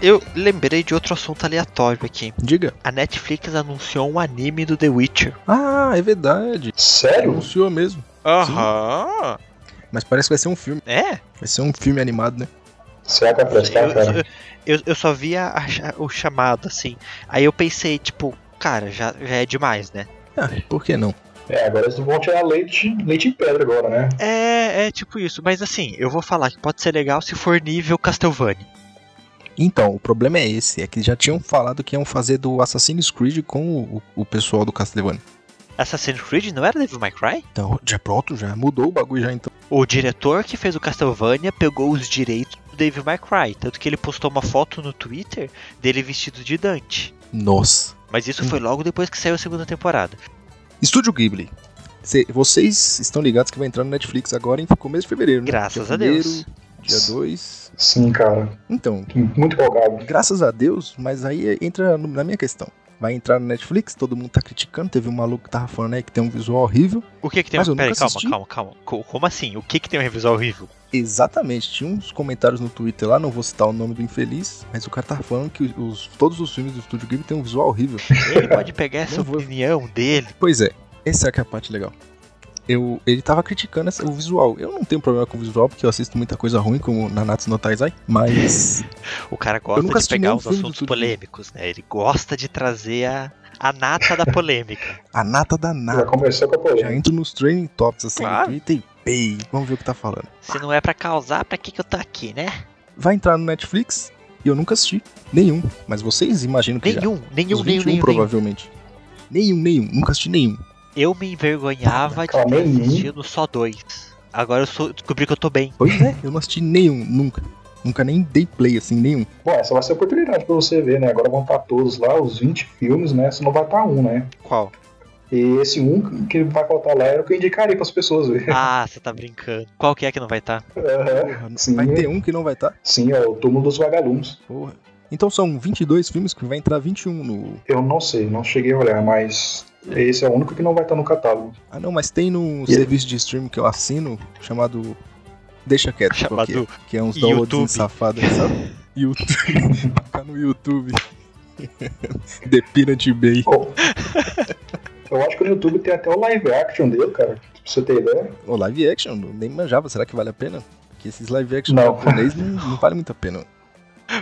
Eu lembrei de outro assunto aleatório aqui. Diga. A Netflix anunciou um anime do The Witcher. Ah, é verdade. Sério? Anunciou mesmo. Aham. Mas parece que vai ser um filme. É? Vai ser um filme animado, né? Será que vai prestar, cara? Eu, eu, eu só vi a- a cha- o chamado, assim. Aí eu pensei, tipo, cara, já, já é demais, né? Ah, por que não? É, agora eles vão tirar leite, leite em pedra agora, né? É, é tipo isso. Mas assim, eu vou falar que pode ser legal se for nível Castlevania. Então, o problema é esse, é que já tinham falado que iam fazer do Assassin's Creed com o, o pessoal do Castlevania. Assassin's Creed não era Devil May Cry? Então, já pronto, já mudou o bagulho já então. O diretor que fez o Castlevania pegou os direitos do Devil May Cry, tanto que ele postou uma foto no Twitter dele vestido de Dante. Nossa. Mas Hum. isso foi logo depois que saiu a segunda temporada. Estúdio Ghibli. Cê- vocês estão ligados que vai entrar no Netflix agora em começo de fevereiro, né? Graças Dia a Deus. primeiro, Dia 2. Sim, cara. Então, Tô Muito empolgado. graças a Deus, mas aí entra no- na minha questão. Vai entrar no Netflix, todo mundo tá criticando, teve um maluco que tava falando aí que tem um visual horrível. O que que tem? Mas eu Peraí, nunca calma, assisti. calma, calma. Co- como assim? O que que tem um revisor horrível? Exatamente, tinha uns comentários no Twitter lá, não vou citar o nome do infeliz, mas o cara tava falando que os- todos os filmes do Estúdio Ghibli tem um visual horrível. Ele pode pegar essa Não vou. opinião dele. Pois é, essa é que é a parte legal. Eu, ele tava criticando essa- o visual. Eu não tenho problema com o visual, porque eu assisto muita coisa ruim, como Nanatsu no Taizai, mas O cara Eu nunca gosta de assisti pegar nenhum os filme do assuntos Estúdio Ghibli. polêmicos, né? Ele gosta de trazer a, a nata da polêmica. a nata da Já nata. começou com a Já polêmica. entro nos training tops, assim, Claro. no Twitter e pei, vamos ver o que tá falando. Se não é pra causar, pra que que eu tô aqui, né? Vai entrar no Netflix e eu nunca assisti nenhum, mas vocês imaginam que já. Nenhum, nenhum, nenhum, Uns 21, nenhum, nenhum. provavelmente. Nenhum, nenhum, nunca assisti nenhum. Eu me envergonhava de Calma ter aí. assistido só dois. Agora eu sou- descobri que eu tô bem. Pois é, eu não assisti nenhum, nunca. Nunca nem dei play, assim, nenhum. Bom, essa vai ser a oportunidade pra você ver, né? Agora vão estar todos lá, os 20 filmes, né? Se não vai estar um, né? Qual? E esse um que vai faltar lá era o que eu indicaria pras pessoas verem. Ah, você tá brincando. Qual que é que não vai estar? Aham. Porra, Sim. Vai ter um que não vai estar? Sim, ó, o túmulo dos vagalumes. Porra. Então são 22 filmes que vai entrar 21 no... Eu não sei, não cheguei a olhar, mas esse é o único que não vai estar no catálogo. Ah não, mas tem num Yeah. serviço de stream que eu assino, chamado... Deixa quieto, Chamado qual que é? que é uns downloads YouTube. safados, aí, sabe? YouTube, tá no YouTube. The Peanut Bay. Bom, eu acho que no YouTube tem até o live action dele, cara. Pra você ter ideia. Ô, live action, eu nem manjava, será que vale a pena? Porque esses live action Não. japonês não, não vale muito a pena.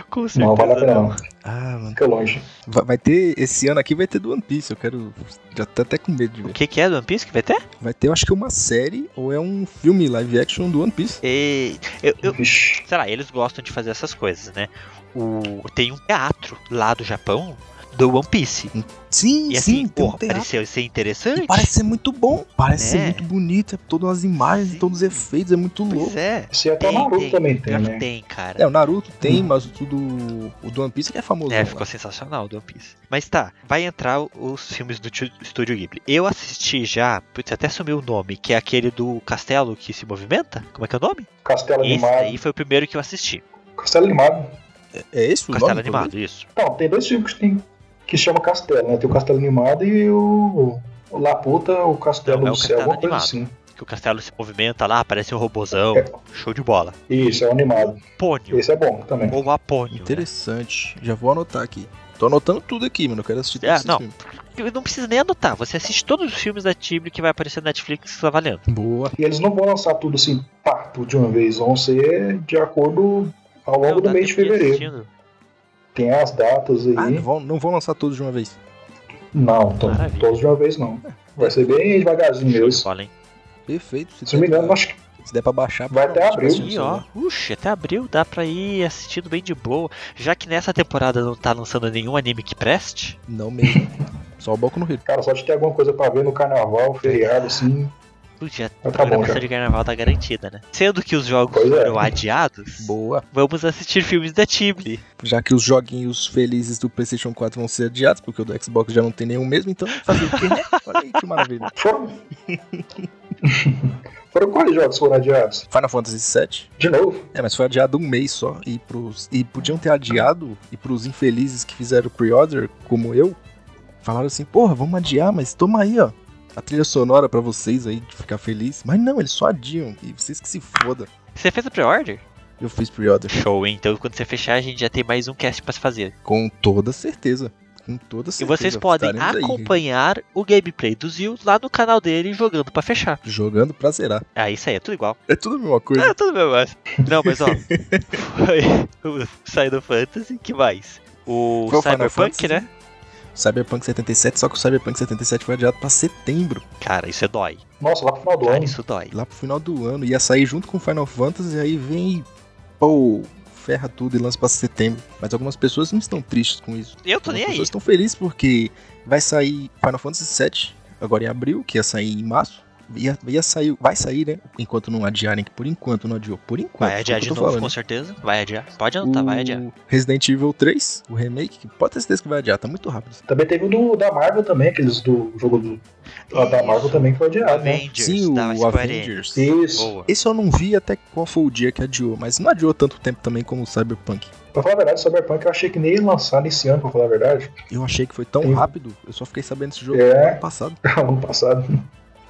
Com certeza. Não, vale a pena não. não. Ah, mano. Fica longe. Vai, vai ter, esse ano aqui vai ter do One Piece, eu quero, já tô até com medo de ver. O que que é do One Piece que vai ter? Vai ter, eu acho que uma série ou é um filme live action do One Piece. E, eu, eu, Vixe. sei lá, eles gostam de fazer essas coisas, né? O, tem um teatro lá do Japão do One Piece. Sim, um E assim, porra, pareceu ser interessante. Parece ser muito bom, parece É. ser muito bonito, é todas as imagens, Sim. todos os efeitos, é muito Pois louco. é. Se até o Naruto também tem, Pior que né? tem, cara. É, o Naruto tem, mas o do, o do One Piece que é famoso. É, ficou sensacional o One Piece. Mas tá, vai entrar os filmes do Tio- Estúdio Ghibli. Eu assisti já, putz, até sumiu o nome, que é aquele do castelo que se movimenta? Como é que é o nome? Castelo Esse Animado. aí foi o primeiro que eu assisti. Castelo Animado. é esse o castelo nome, Animado, isso. Não, tem dois filmes que tem que chama Castelo, né? Tem o Castelo Animado e o, o Laputa, o Castelo Não, é o do Céu, Castelo alguma coisa assim. Que o castelo se movimenta lá, parece um robozão. É. Show de bola. Isso, é o animado. Pônio. Esse é bom também. Ou Apônio. né? Interessante. Já vou anotar aqui. Tô anotando tudo aqui, mano. Eu quero assistir É, todos esses não. filmes. Eu Não precisa nem anotar. Você assiste todos os filmes da Ghibli que vai aparecer na Netflix que tá valendo. Boa. E eles não vão lançar tudo assim, pá, tudo de uma vez. Vão ser de acordo ao longo Não, do dá mês de tempo ir fevereiro. assistindo. Tem as datas aí. Ah, não vão, não vão lançar todos de uma vez. não, to- Maravilha. todos de uma vez não. Vai ser bem devagarzinho Show de mesmo. bola, hein? Perfeito. Se, Se não me der, engano, pra, acho que se der pra baixar, Assim, vai até provavelmente abril. vai E ser no ó, celular. uxe, até abril dá pra ir assistindo bem de boa. Já que nessa temporada não tá lançando nenhum anime que preste, Não mesmo. Só o Boku no Rio. Cara, só de ter alguma coisa pra ver no carnaval, feriado, assim. podia bom, a programação já. de carnaval tá garantida, né? Sendo que os jogos Pois é. foram adiados, Boa. vamos assistir filmes da Ghibli. Já que os joguinhos felizes do PlayStation 4 vão ser adiados, porque o do Xbox já não tem nenhum mesmo, então fazer o quê, né? Olha aí que maravilha. Foram. foram quais jogos foram adiados? Final Fantasy VII. De novo? É, mas foi adiado um mês só. E, pros, e podiam ter adiado, e pros infelizes que fizeram pre-order, como eu, falaram assim: porra, vamos adiar, mas toma aí, ó. A trilha sonora pra vocês aí de ficar feliz. Mas não, eles só adiam. E vocês que se foda. Você fez a pre-order? Eu fiz pre-order. Show, hein? então quando você fechar, a gente já tem mais um cast pra se fazer. Com toda certeza. Com toda E certeza. vocês podem estaremos aí, acompanhar o gameplay do Zil lá no canal dele jogando pra fechar. Jogando pra zerar. Ah, isso aí, é tudo igual. É tudo a mesma coisa. Ah, tudo bem, mas. Não, mas ó. foi o Final Fantasy, que mais? O Foi o Final Cyberpunk, Fantasy? né? Cyberpunk 77, só que o Cyberpunk 77 foi adiado pra setembro, Cara, isso é dói. Nossa, lá pro final do Cara, ano. isso dói. lá pro final do ano. Ia sair junto com o Final Fantasy, aí vem e. Pô, ferra tudo e lança pra setembro. Mas algumas pessoas não estão tristes com isso. Eu tô nem Então, As aí. pessoas estão felizes porque vai sair Final Fantasy VII agora em abril, que ia sair em março. Ia, ia sair, vai sair, né? Enquanto não adiarem, que por enquanto não adiou. Por enquanto. Vai adiar é o que de eu tô novo, falando. com certeza. Vai adiar. Pode anotar, vai adiar. O Resident Evil 3, o remake, que pode ter certeza que vai adiar, tá muito rápido. Também teve o do, da Marvel também, aqueles do jogo do, lá da tá Marvel também que foi adiado, né? Avengers, Sim, da o Square Enix. Avengers. Isso. Boa. Esse eu não vi até qual foi o dia que adiou, mas não adiou tanto tempo também como o Cyberpunk. Pra falar a verdade, o Cyberpunk eu achei que nem ia lançar nesse ano, pra falar a verdade. Eu achei que foi tão Sim. rápido, eu só fiquei sabendo desse jogo É. ano passado. ano passado.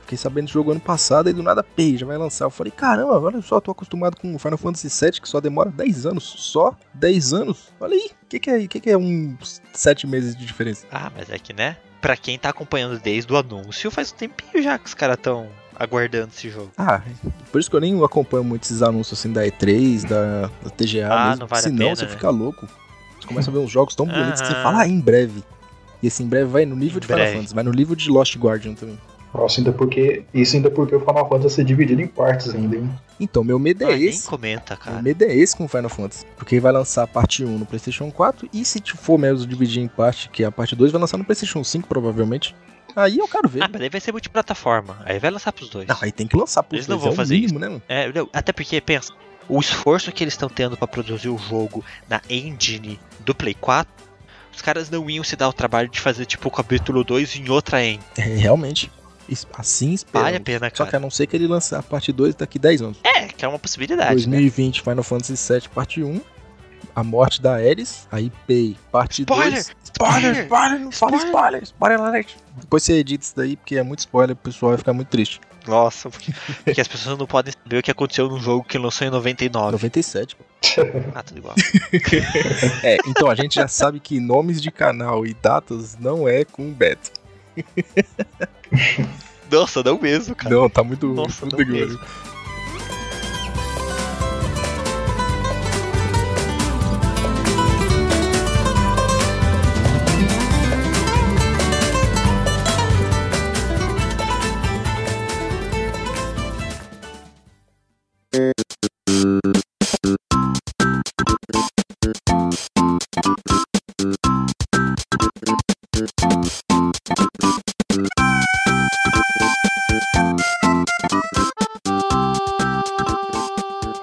Fiquei sabendo desse jogo ano passado e do nada, pei, já vai lançar. Eu falei, caramba, olha só, tô acostumado com o Final Fantasy VII que só demora 10 anos. Só 10 anos? Olha aí, o que, que é, que, que é uns 7 meses de diferença? Ah, mas é que, né? Pra quem tá acompanhando desde o anúncio, faz um tempinho já que os caras tão aguardando esse jogo. Ah, por isso que eu nem acompanho muito esses anúncios assim da E3, da, da TGA. Ah, mesmo, não vale a senão pena, você né? fica louco. Você começa a ver uns jogos tão bonitos que você Aham. fala, ah, em breve. E esse em breve vai no nível Em de Final breve. Fantasy, vai no nível de Lost Guardian também. Nossa, ainda porque. Isso ainda porque o Final Fantasy é dividido em partes ainda, hein? Então, meu medo é Ah, nem esse. comenta, Meu cara. medo é esse com o Final Fantasy. Porque vai lançar a parte 1 no PlayStation 4. E se for mesmo dividir em parte, que é a parte 2, vai lançar no PlayStation 5, provavelmente. Aí eu quero ver. Ah, mas aí vai ser multiplataforma. Aí vai lançar pros dois. Não, aí tem que lançar por Eles não vão fazer mínimo, né, mano? É, não, até porque, pensa, o esforço que eles estão tendo pra produzir o jogo na engine do Play 4, os caras não iam se dar o trabalho de fazer, tipo, o capítulo 2 em outra engine. É, realmente. Isso- Assim espero. Vale a pena, Só cara. que a não ser que ele lance a parte 2 daqui 10 anos. É, que é uma possibilidade, né? 2020, Final Fantasy VII, parte 1. A morte da Ares. Aí Pei, parte Spoiler! 2. Spoiler! Spoiler! Não fala Spoiler! spoiler! Spoiler alert! Depois você edita isso daí, porque é muito spoiler, o pessoal vai ficar muito triste. Nossa, porque as pessoas não podem saber o que aconteceu num jogo que lançou em 99. 97. pô. Ah, tudo igual. É, então a gente já sabe que nomes de canal e datas não é com o Beto. Nossa, não mesmo, cara. Não, tá muito. Nossa, muito não é igual. mesmo.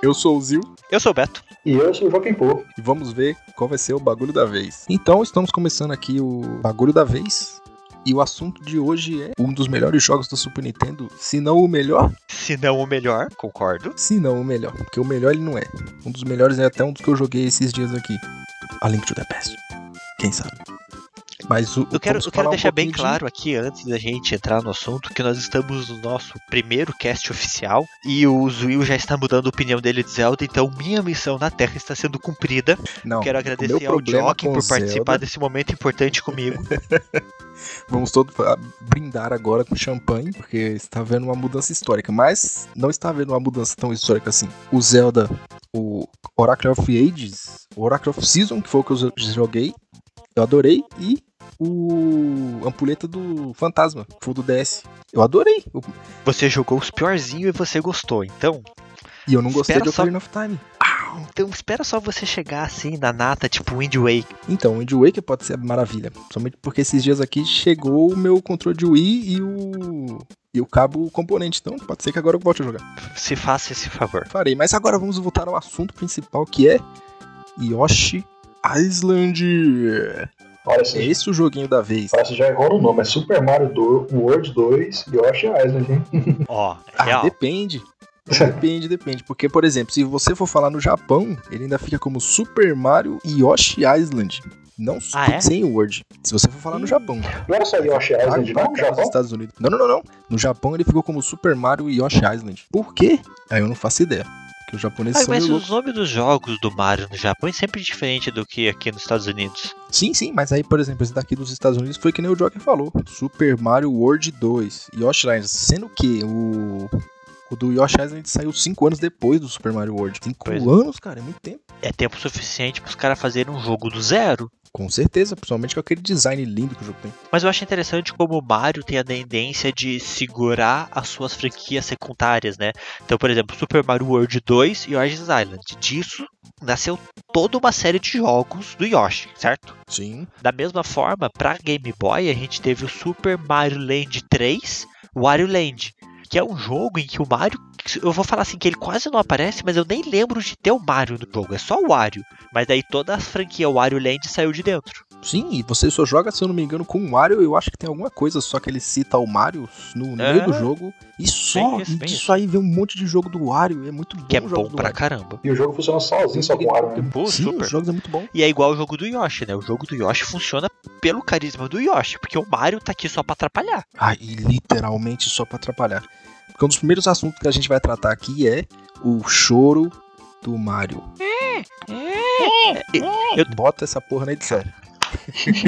Eu sou o Zil. Eu sou o Beto. E eu sou o Joaquim Pô. e vamos ver qual vai ser o bagulho da vez. Então estamos começando aqui o bagulho da vez. E o assunto de hoje é um dos melhores jogos do Super Nintendo, se não o melhor, Se não o melhor, concordo. se não o melhor, porque o melhor ele não é. Um dos melhores é até um dos que eu joguei esses dias aqui. A Link to the Past. Quem sabe? Mas o Eu quero, vamos eu falar quero um deixar bem pouquinho de- claro aqui, antes da gente entrar no assunto, que nós estamos no nosso primeiro cast oficial e o Zuil já está mudando a opinião dele de Zelda, então minha missão na Terra está sendo cumprida. Não, quero o agradecer meu ao problema Joaquim com por Zelda- participar desse momento importante comigo. Vamos todos ah, brindar agora com champanhe, porque está havendo uma mudança histórica, mas não está havendo uma mudança tão histórica assim. O Zelda, o Oracle of Ages, o Oracle of Season, que foi o que eu zo- joguei, eu adorei, e o Ampulheta do Fantasma, que foi o do DS. Eu adorei, eu- Você jogou os piorzinhos e você gostou, então. e eu não gostei Espera de só- Ocarina of Time. Então espera só você chegar assim na nata, tipo Wind Waker. Então, o Wind Waker pode ser maravilha, somente porque esses dias aqui chegou o meu controle de Wii e o... E o cabo componente, então pode ser que agora eu volte a jogar. Se faça esse favor. Farei, mas agora vamos voltar ao assunto principal que é Yoshi Island. Olha, É assim, esse o joguinho da vez. parece que já errou no nome. É Super Mario do World 2 e Yoshi Island, hein? Ó, Ah, real. depende. Depende, depende. Porque, por exemplo, se você for falar no Japão, ele ainda fica como Super Mario Yoshi Island. Não Ah, é? sem o Word. Se você for falar no Ih, é Japão. Não era só Yoshi Island, Pra- pra não? cá, nos Japão? tá? Estados Unidos. Não, não, não, não. No Japão ele ficou como Super Mario Yoshi Island. Por quê? Aí eu não faço ideia. Porque Que os japoneses Ah, são mas meio os nomes dos jogos do Mario no Japão é sempre diferente do que aqui nos Estados Unidos. Sim, sim, mas aí, por exemplo, esse daqui dos Estados Unidos foi que nem o Joker falou: Super Mario World 2 e Yoshi Island. Sendo que o, o do Yoshi Island saiu 5 anos depois do Super Mario World. 5 Pois é. anos, cara, é muito tempo. É tempo suficiente pros caras fazerem um jogo do zero. Com certeza, principalmente com aquele design lindo que o jogo tem. Mas eu acho interessante como o Mario tem a tendência de segurar as suas franquias secundárias, né? Então, por exemplo, Super Mario World 2 e Yoshi's Island. Disso nasceu toda uma série de jogos do Yoshi, certo? Sim. Da mesma forma, pra Game Boy, a gente teve o Super Mario Land 3, Wario Land, que é um jogo em que o Mario, eu vou falar assim que ele quase não aparece, mas eu nem lembro de ter o Mario no jogo, é só o Wario. Mas daí toda a franquia Wario Land saiu de dentro. Sim, e você só joga, se eu não me engano, com o Mario. Eu acho que tem alguma coisa só que ele cita o Mario no, no É. meio do jogo. E só. isso, e bem disso isso. aí vem um monte de jogo do Wario. É muito bom. Que é o jogo bom do pra Wario. caramba. E o jogo funciona sozinho, só com o Aro, né? Pô, Sim, super. os jogos é muito bom. E é igual o jogo do Yoshi, né? O jogo do Yoshi funciona pelo carisma do Yoshi, porque o Mario tá aqui só pra atrapalhar. Ah, e literalmente só pra atrapalhar. Porque um dos primeiros assuntos que a gente vai tratar aqui é o choro do Mario. É, Bota essa porra na edição. Que os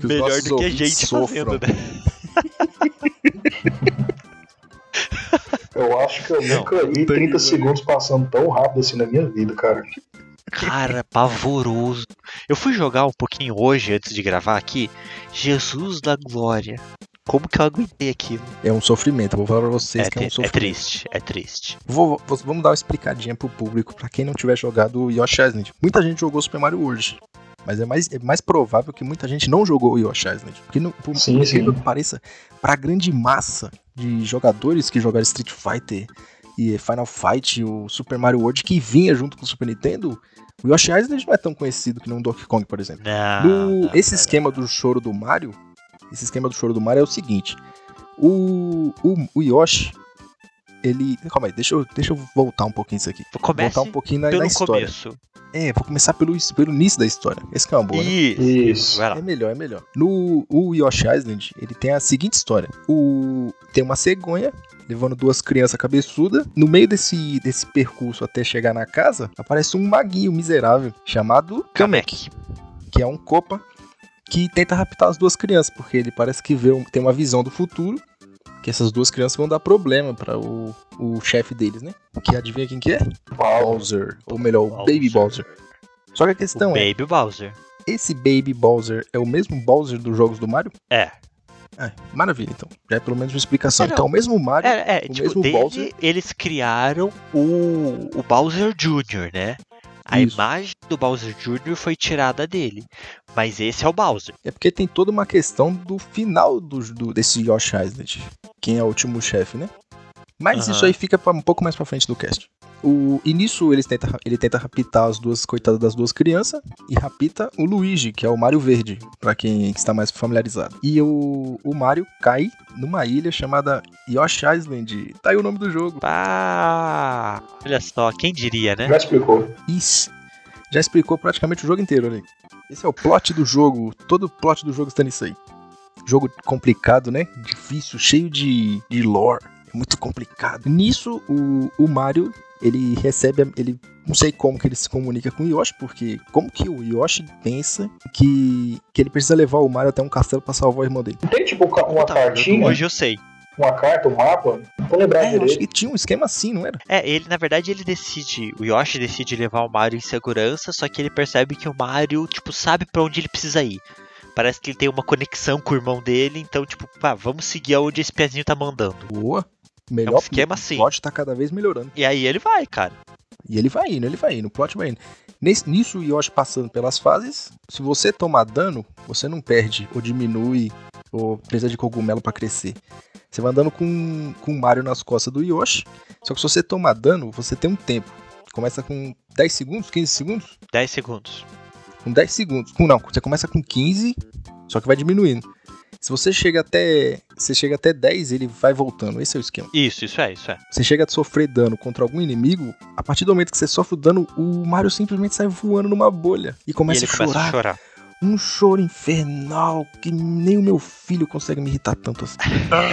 Melhor nossos do que a ouvintes gente sofram. fazendo, né? Eu acho que eu Não, né? nunca vi tem 30 que- segundos passando tão rápido assim na minha vida, cara. Cara, pavoroso. Eu fui jogar um pouquinho hoje, antes de gravar aqui. Jesus da Glória. Como que eu aguentei aquilo? É um sofrimento, eu vou falar pra vocês É, que é um tri- é sofrimento. triste, é triste. Vou- vou- vamos dar uma explicadinha pro público, pra quem não tiver jogado o Yoshi Island. Muita gente jogou Super Mario World, mas é mais, é mais provável que muita gente não jogou o Yoshi Island. Porque, não, por Sim, por incrível sim. que pareça, pra grande massa de jogadores que jogaram Street Fighter e Final Fight, o Super Mario World, que vinha junto com o Super Nintendo, o Yoshi Island não é tão conhecido que não Donkey Kong, por exemplo. Não, No- não, esse não, esquema do choro do Mario, esse esquema do choro do Mario é o seguinte: o, o, o Yoshi, ele. Calma aí, deixa eu, deixa eu voltar um pouquinho isso aqui. não. Comece voltar um pouquinho na, na pelo história. começo. É, vou começar pelo, is- pelo início da história. Esse que é uma boa, né? Isso. Isso. Vai lá. É melhor, é melhor. No o Yoshi Island, ele tem a seguinte história. O tem uma cegonha levando duas crianças cabeçudas. No meio desse desse percurso até chegar na casa, aparece um maguinho miserável chamado Kamek. que é um copa que tenta raptar as duas crianças, porque ele parece que vê um- tem uma visão do futuro que essas duas crianças vão dar problema para o, o chefe deles, né? Que adivinha quem que é? Pau. Bowser, ou melhor, o Baby Bowser. Só que a O questão é, Baby Bowser. esse Baby Bowser é o mesmo Bowser dos jogos do Mario? É. É, maravilha, então. Já é pelo menos uma explicação. É, não. então, o mesmo Mario, É, é o tipo, mesmo desde Bowser. eles criaram o, o Bowser Jr., né? A Isso. imagem do Bowser Jr. foi tirada dele. Mas esse é o Bowser. é porque tem toda uma questão do final do, do- desse Yoshi Island. Quem é o último chefe, né? Mas Aham. isso aí fica pra- um pouco mais pra frente do cast. O, e nisso eles tenta, ele tenta raptar as duas, coitadas das duas crianças, e rapta o Luigi, que é o Mario Verde, pra quem está mais familiarizado. E o, o Mario cai numa ilha chamada Yoshi Island. Tá aí o nome do jogo. Pá! Olha só, quem diria, né? Já explicou. Isso. Já explicou praticamente o jogo inteiro, olha aí. Esse é o plot do jogo. Todo o plot do jogo está nisso aí. Jogo complicado, né? Difícil, cheio de, de lore. É muito complicado. Nisso, o, o Mario, ele recebe. a- Ele, não sei como que ele se comunica com o Yoshi, porque como que o Yoshi pensa que, que ele precisa levar o Mario até um castelo para salvar o irmão dele? Não Tem tipo ca- uma Tá, eu- cartinha, hoje eu sei. uma carta, um mapa. Não vou lembrar É, eu acho direito. que tinha um esquema assim, não era? É, ele, na verdade, ele decide. O Yoshi decide levar o Mario em segurança, só que ele percebe que o Mario, tipo, sabe pra onde ele precisa ir. Parece que ele tem uma conexão com o irmão dele, então, tipo, pá, vamos seguir aonde esse pezinho tá mandando. Boa. É Melhor um esquema assim. O plot tá cada vez melhorando. E aí ele vai, cara. E ele vai indo, ele vai indo, o plot vai indo. Nesse, nisso, o Yoshi passando pelas fases, se você tomar dano, você não perde, ou diminui, ou precisa de cogumelo pra crescer. Você vai andando com, com o Mario nas costas do Yoshi, só que se você tomar dano, você tem um tempo. Começa com 10 segundos, 15 segundos? 10 segundos. Com 10 segundos. Com, não, você começa com 15, só que vai diminuindo. Se você chega até. Você chega até 10, ele vai voltando. Esse é o esquema. Isso, isso é, isso é. Você chega a sofrer dano contra algum inimigo, a partir do momento que você sofre o dano, o Mario simplesmente sai voando numa bolha e E começa ele a chorar. começa a chorar. Um choro infernal que nem o meu filho consegue me irritar tanto assim. Ah,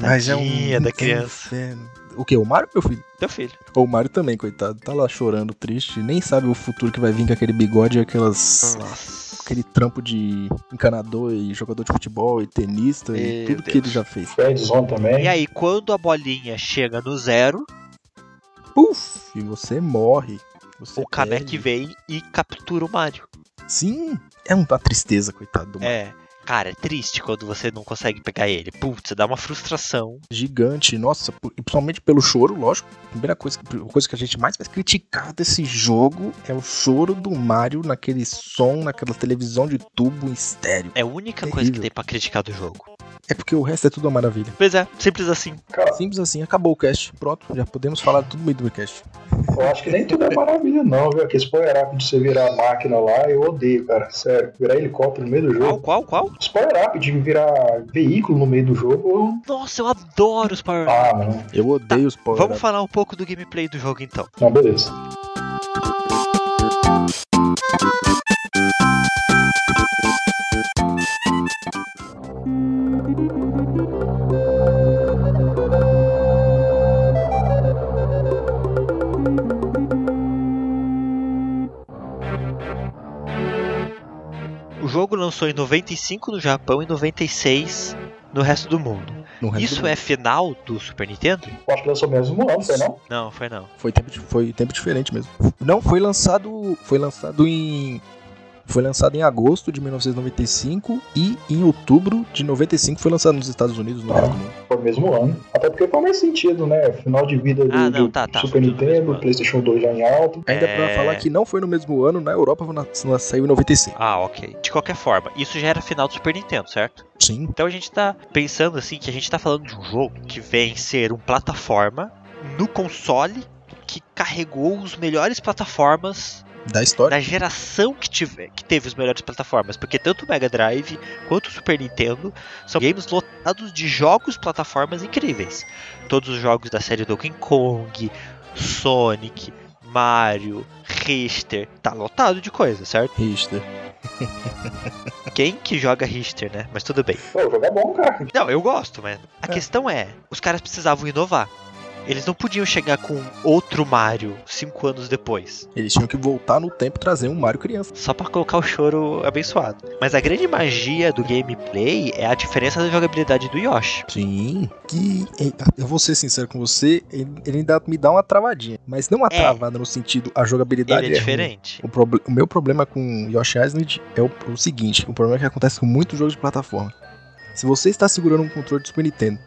mas é um. Tadinha da criança. inferno. O que? O Mario, meu filho? Teu filho. Ou o Mario também, coitado. Tá lá chorando, triste. Nem sabe o futuro que vai vir com aquele bigode e Hum. aquelas. Nossa. Aquele trampo de encanador e jogador de futebol e tenista Meu e tudo Deus. que ele já fez. Fred Zone também. E aí, quando a bolinha chega no zero, Puf! E você morre. Você o Kamek perde. vem e captura o Mario. Sim, é uma tristeza, coitado do Mario. É. Cara, é triste quando você não consegue pegar ele. Putz, dá uma frustração. gigante, nossa, por- e principalmente pelo choro, lógico. A primeira coisa, que- a coisa que a gente mais vai criticar desse jogo é o choro do Mario naquele som, naquela televisão de tubo estéreo. É a única coisa que Terrível. tem pra criticar do jogo. É porque o resto é tudo uma maravilha. Pois é, simples assim. Cara, Simples assim, acabou o cast, pronto, já podemos falar tudo no meio do cast. eu acho que nem tudo é maravilha, não, viu? Aquele spoiler-up de você virar a máquina lá, eu odeio, cara. Sério, virar helicóptero no meio do Qual, jogo. qual, qual? Spoiler-up de virar veículo no meio do jogo, Nossa, eu adoro os Power eu... Ah, mano. Eu odeio os power Tá, Vamos falar um pouco do gameplay do jogo então. Não, beleza. O jogo lançou em 95 no Japão e 96 no resto do mundo. No resto Isso do- é final do Super Nintendo? Eu acho que lançou mesmo ano, foi não? Não, foi não. Foi tempo, di- foi tempo diferente mesmo. Não, foi lançado. Foi lançado em. Foi lançado em agosto de 1995 e em outubro de 95 foi lançado nos Estados Unidos no Reino Unido. Foi é mesmo ano. Até porque faz mais sentido, né? Final de vida do, Ah, não, do tá, tá, Super foi tudo mesmo Nintendo, ano. PlayStation 2 já em alta. Ainda É. pra falar que não foi no mesmo ano, na Europa na- na- saiu em 95. Ah, ok. De qualquer forma, isso já era final do Super Nintendo, certo? Sim. Então a gente tá pensando assim que a gente tá falando de um jogo que vem ser um plataforma no console que carregou os melhores plataformas Da história. na geração que, tiver, que teve os melhores plataformas, porque tanto o Mega Drive quanto o Super Nintendo são games lotados de jogos plataformas incríveis. Todos os jogos da série Donkey Kong, Sonic, Mario, Richter, tá lotado de coisa, certo? Richter. Quem que joga Richter, né? Mas tudo bem. Pô, o jogo é bom, cara. Não, eu gosto, mas a É. questão é, os caras precisavam inovar. Eles não podiam chegar com outro Mario cinco anos depois. Eles tinham que voltar no tempo e trazer um Mario criança. só pra colocar o choro abençoado. Mas a grande magia do gameplay é a diferença da jogabilidade do Yoshi. Sim. Que. eh, Eu vou ser sincero com você, ele ele ainda me dá uma travadinha. Mas não uma É. travada no sentido a jogabilidade. Ele é ruim. diferente. O, proble- o meu problema com Yoshi Island é o, o seguinte: o problema é que acontece com muitos jogos de plataforma. Se você está segurando um controle do Super Nintendo,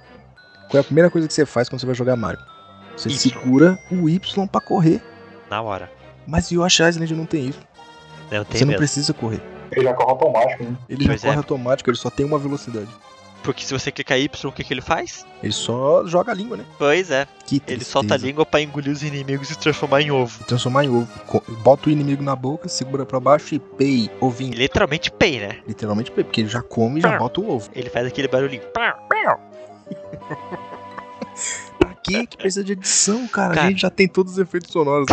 qual é a primeira coisa que você faz quando você vai jogar Mario? Você Y. segura o Y pra correr. Na hora. Mas Yoshi Island não tem isso. Não você tem não mesmo. precisa correr. Ele já corre automático, né? Ele já Pois é. corre automático, ele só tem uma velocidade. Porque se você clicar Y, o que, que ele faz? Ele só joga a língua, né? Pois é, Que ele tristeza. solta a língua pra engolir os inimigos e transformar em ovo. Transformar em ovo. Co- Bota o inimigo na boca, segura pra baixo e E pei, ovinho. literalmente pei, né? Literalmente pei, porque ele já come e já bota o ovo. Ele faz aquele barulhinho. Pá! Pra que que precisa de edição, cara? Cara. A gente já tem todos os efeitos sonoros.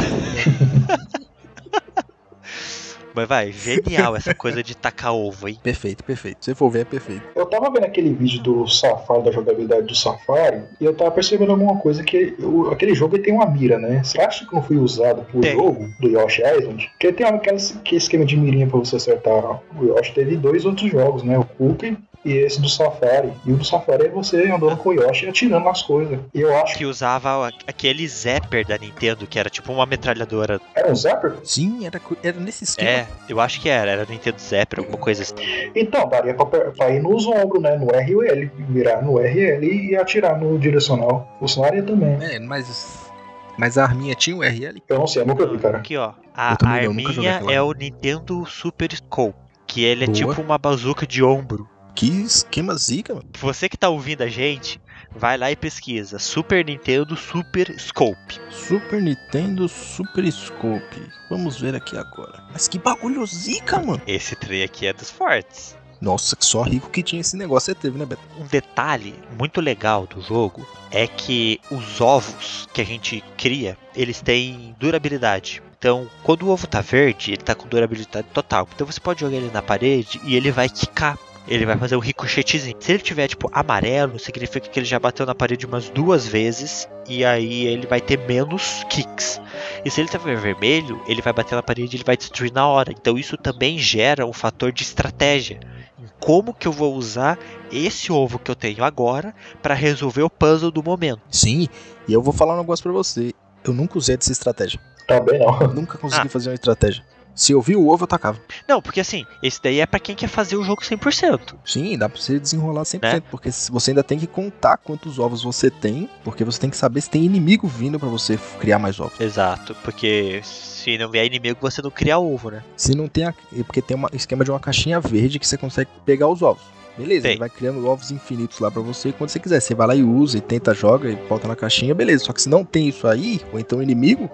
Mas vai, genial essa coisa de tacar ovo, hein? Perfeito, perfeito. Se você for ver, é perfeito. Eu tava vendo aquele vídeo do Safari, da jogabilidade do Safari, e eu tava percebendo alguma coisa que o- aquele jogo ele tem uma mira, né? Você acha que não foi usado pro Tem. jogo do Yoshi Island? Porque tem aquele esquema de mirinha pra você acertar o Yoshi. Teve dois outros jogos, né? O Cookie e esse do Safari. E o do Safari é você andando com o Yoshi e atirando nas coisas. E eu acho que Que usava a- aquele zapper da Nintendo, que era tipo uma metralhadora. era um Zapper. Sim, era, co- era nesse esquema. É, eu acho que era, era Nintendo Zapper, alguma coisa assim. Então, daria pra, pe- pra ir nos ombros, né? No RL. Mirar no RL e atirar no direcional. Funcionaria também. É, mas. Mas a arminha tinha um o RL? Eu não sei, eu nunca vi, cara. Aqui, ó. A Eu também não, nunca joguei arminha aquela é o Nintendo Super Scope. Que ele é Boa. tipo uma bazuca de ombro. Que esquema zica, mano. Você que tá ouvindo a gente, vai lá e pesquisa. Super Nintendo Super Scope. Super Nintendo Super Scope. Vamos ver aqui agora. Mas que bagulho zica, mano. Esse trem aqui é dos fortes. Nossa, que só rico que tinha esse negócio. Você teve, né, Beto? Um detalhe muito legal do jogo é que os ovos que a gente cria, eles têm durabilidade. Então, quando o ovo tá verde, ele tá com durabilidade total. Então você pode jogar ele na parede e ele vai quicar. Ele vai fazer um ricochetezinho. Se ele tiver, tipo, amarelo, significa que ele já bateu na parede umas duas vezes. E aí ele vai ter menos kicks. E se ele tiver vermelho, ele vai bater na parede e ele vai destruir na hora. Então isso também gera um fator de estratégia. Em como que eu vou usar esse ovo que eu tenho agora para resolver o puzzle do momento. Sim, e eu vou falar um negócio pra você. Eu nunca usei dessa estratégia. Também não. Eu nunca consegui fazer uma estratégia. Se eu vi o ovo, eu atacava. Não, porque assim, esse daí é pra quem quer fazer o jogo 100%. Sim, dá pra você desenrolar 100%, porque se- você ainda tem que contar quantos ovos você tem, porque você tem que saber se tem inimigo vindo pra você f- criar mais ovos. Exato, porque se não vier inimigo, você não cria ovo, né? Se não tem a... é Porque tem um esquema de uma caixinha verde que você consegue pegar os ovos. Beleza, Tem. ele vai criando ovos infinitos lá pra você quando você quiser. Você vai lá e usa, e tenta, joga, e bota na caixinha, beleza. Só que se não tem isso aí, ou então inimigo,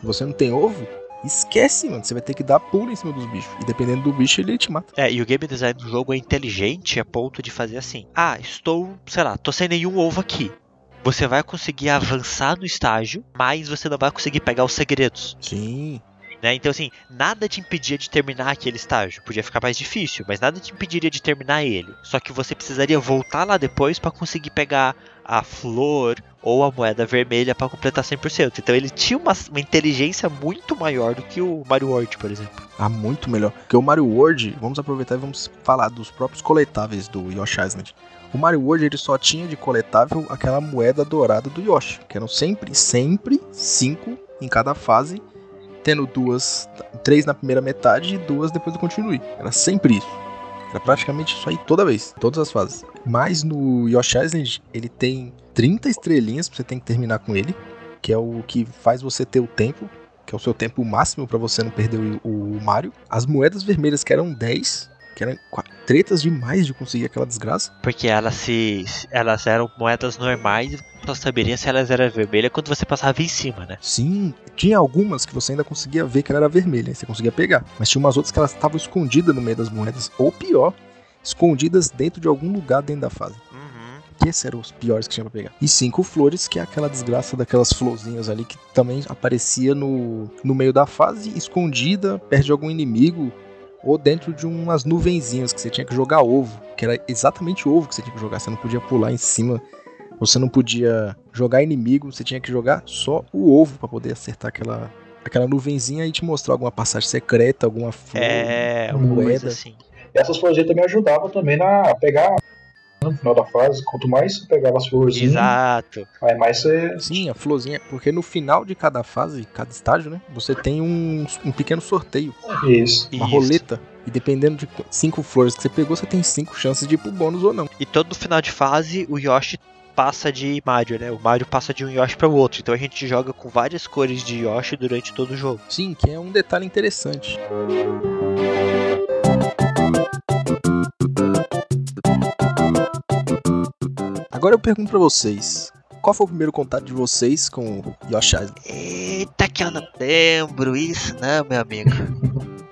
você não tem ovo, esquece, mano. Você vai ter que dar pulo em cima dos bichos. E dependendo do bicho, ele te mata. É, e o game design do jogo é inteligente a ponto de fazer assim: ah, estou, sei lá, tô sem nenhum ovo aqui. Você vai conseguir avançar no estágio, mas você não vai conseguir pegar os segredos, Sim. né? Então assim, nada te impedia de terminar aquele estágio. Podia ficar mais difícil, mas nada te impediria de terminar ele. Só que você precisaria voltar lá depois pra conseguir pegar a flor ou a moeda vermelha pra completar 100%. Então ele tinha uma, uma inteligência muito maior do que o Mario World, por exemplo. Ah, muito melhor. Porque o Mario World, vamos aproveitar e vamos falar dos próprios coletáveis do Yoshi Island. O Mario World ele só tinha de coletável aquela moeda dourada do Yoshi, que eram sempre, sempre cinco em cada fase, tendo duas, três na primeira metade e duas depois do continue. Era sempre isso. Era praticamente isso aí toda vez, todas as fases. Mas no Yoshi Island ele tem 30 estrelinhas pra você tem que terminar com ele, que é o que faz você ter o tempo que é o seu tempo máximo pra você não perder o, o Mario. As moedas vermelhas, que eram 10, que eram qua- tretas demais de conseguir aquela desgraça. Porque elas se. Elas eram moedas normais e só saberia se elas eram vermelhas quando você passava em cima, né? Sim, tinha algumas que você ainda conseguia ver que ela era vermelha, você conseguia pegar. Mas tinha umas outras que elas estavam escondidas no meio das moedas, ou pior, escondidas dentro de algum lugar dentro da fase. Uhum. Que esses eram os piores que tinha pra pegar. E cinco flores, que é aquela desgraça daquelas florzinhas ali que também aparecia no, no meio da fase, escondida, perto de algum inimigo, ou dentro de umas nuvenzinhas que você tinha que jogar ovo. Que era exatamente ovo que você tinha que jogar. Você não podia pular em cima, você não podia jogar inimigo, você tinha que jogar só o ovo pra poder acertar aquela. Aquela nuvenzinha e te mostrar alguma passagem secreta, alguma flor. É, uma coisa moeda. assim. Essas florzinhas também ajudavam também na, a pegar no final da fase. Quanto mais você pegava as florzinhas, Exato. aí mais você. Sim, a florzinha, porque no final de cada fase, cada estágio, né? Você tem um, um pequeno sorteio, Isso. uma Isso. roleta. E dependendo de qu- cinco flores que você pegou, você tem cinco chances de ir pro bônus ou não. E todo final de fase o Yoshi passa de Mario, né? O Mario passa de um Yoshi para o outro. Então a gente joga com várias cores de Yoshi durante todo o jogo. Sim, que é um detalhe interessante. Agora eu pergunto pra vocês, qual foi o primeiro contato de vocês com o Yoshi Island? Eita, que eu não lembro isso, né, meu amigo?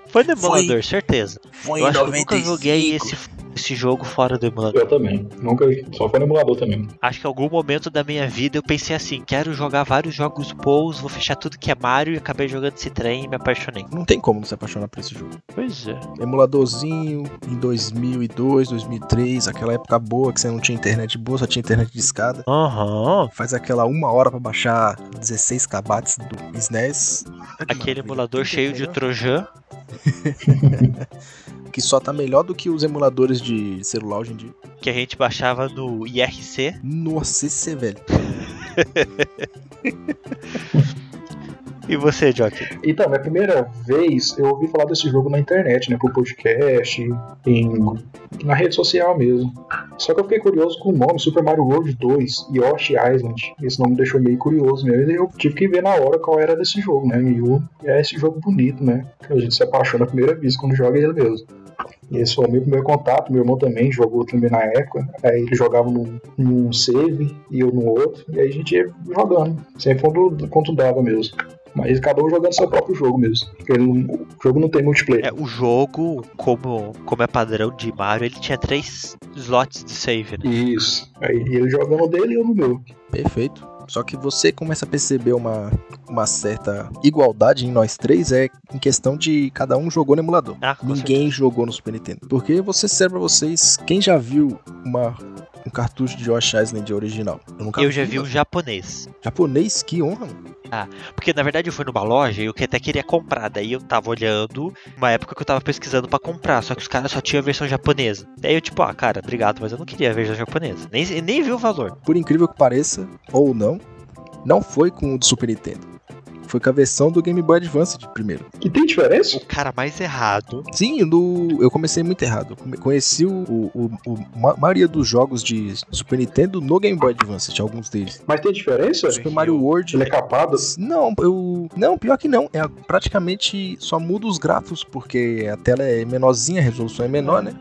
Foi no emulador, certeza. Foi Eu acho que eu nunca joguei esse, esse jogo fora do emulador. Eu também. Nunca. Só foi no emulador também. Acho que em algum momento da minha vida eu pensei assim: quero jogar vários jogos bons, vou fechar tudo que é Mario e acabei jogando esse trem e me apaixonei. Não tem como não se apaixonar por esse jogo. Pois é. emuladorzinho em 2002, 2003, aquela época boa que você não tinha internet boa, só tinha internet de escada. Aham. Faz aquela uma hora pra baixar 16 kbps do SNES. Olha que Aquele maravilha. emulador Tudo cheio de melhor. Trojan. Que só tá melhor do que os emuladores de celular hoje em dia. Que a gente baixava no IRC. Nossa, esse é velho. E você, Jockey? Então, minha primeira vez eu ouvi falar desse jogo na internet, né? Por podcast, em, na rede social mesmo. Só que eu fiquei curioso com o nome Super Mario World 2 e Yoshi Island. Esse nome me deixou meio curioso mesmo. E eu tive que ver na hora qual era desse jogo, né? E o- é esse jogo bonito, né? Que a gente se apaixona à primeira vista quando joga ele mesmo. E Esse foi o meu primeiro contato. Meu irmão também jogou também na época. Aí ele jogava num, num save e eu no outro. E aí a gente ia jogando. Sempre um quando, quando dava mesmo. Mas ele acabou jogando seu próprio jogo mesmo. Porque ele não- o jogo não tem multiplayer. É, o jogo, como, como é padrão de Mario, ele tinha três slots de save, né? Isso. Aí ele jogando o dele e eu no meu. Perfeito. Só que você começa a perceber uma, uma certa igualdade em nós três é em questão de cada um jogou no emulador. Ah, com Ninguém jogou no Super Nintendo. Porque você serve pra vocês, quem já viu uma, um cartucho de Yoshi Island original? nunca Eu já vi vi um japonês. Japonês, que honra, mano. Porque na verdade eu fui numa loja e eu que- até queria comprar. Daí eu tava olhando, uma época que eu tava pesquisando pra comprar, só que os caras só tinham a versão japonesa. Daí eu, tipo, ah, cara, obrigado, mas eu não queria a versão japonesa. Nem, nem vi o valor. por incrível que pareça, ou não, não foi com o do Super Nintendo. Foi com a versão do Game Boy Advance de primeiro. Que tem diferença? O cara mais errado. Sim, no, eu comecei muito errado. Eu come- Conheci o, o- o- ma- maioria dos jogos de Super Nintendo no Game Boy Advance, de alguns deles. Mas tem diferença? Super Mario World. Ele é capado? Não, eu. Não, pior que não. É praticamente só muda os gráficos, porque a tela é menorzinha, a resolução é menor, né?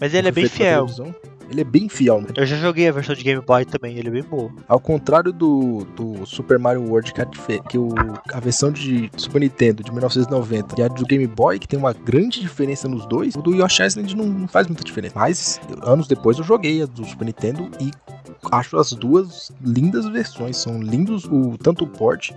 Mas ele é Foi bem feito pra fiel. televisão. Ele é bem fiel, né? Eu já joguei a versão de Game Boy também, ele é bem boa. Ao contrário do, do Super Mario World, que, a, dife- que o- a versão de Super Nintendo de 1990 e a do Game Boy, que tem uma grande diferença nos dois, o do Yoshi Island não, não faz muita diferença. Mas eu- anos depois eu joguei a do Super Nintendo e acho as duas lindas versões. São lindos, o, tanto o port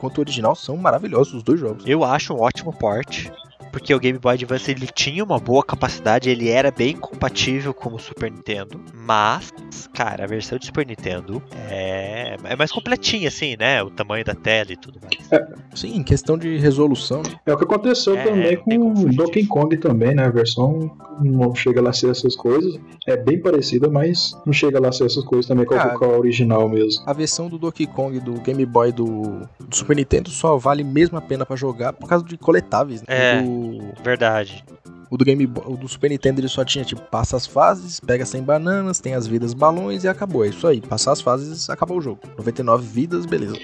quanto o original são maravilhosos os dois jogos. Eu acho um ótimo port, porque o Game Boy Advance ele tinha uma boa capacidade, ele era bem compatível com o Super Nintendo, mas, cara, a versão de Super Nintendo é, é mais completinha, assim, né? O tamanho da tela e tudo mais. Sim, em questão de resolução, né? É o que aconteceu É, também não tem com como o fugir Donkey disso. Kong também, né? A versão não chega lá a ser essas coisas. É bem parecida, mas não chega lá a ser essas coisas também com a- Ah. com a original mesmo. a versão do Donkey Kong do Game Boy do, do Super Nintendo só vale mesmo a pena pra jogar por causa de coletáveis, né? É. Do- Verdade. O do Game Boy, o do Super Nintendo ele só tinha tipo passa as fases, pega 100 bananas, tem as vidas balões e acabou. É isso aí, passar as fases, acabou o jogo. 99 vidas, beleza.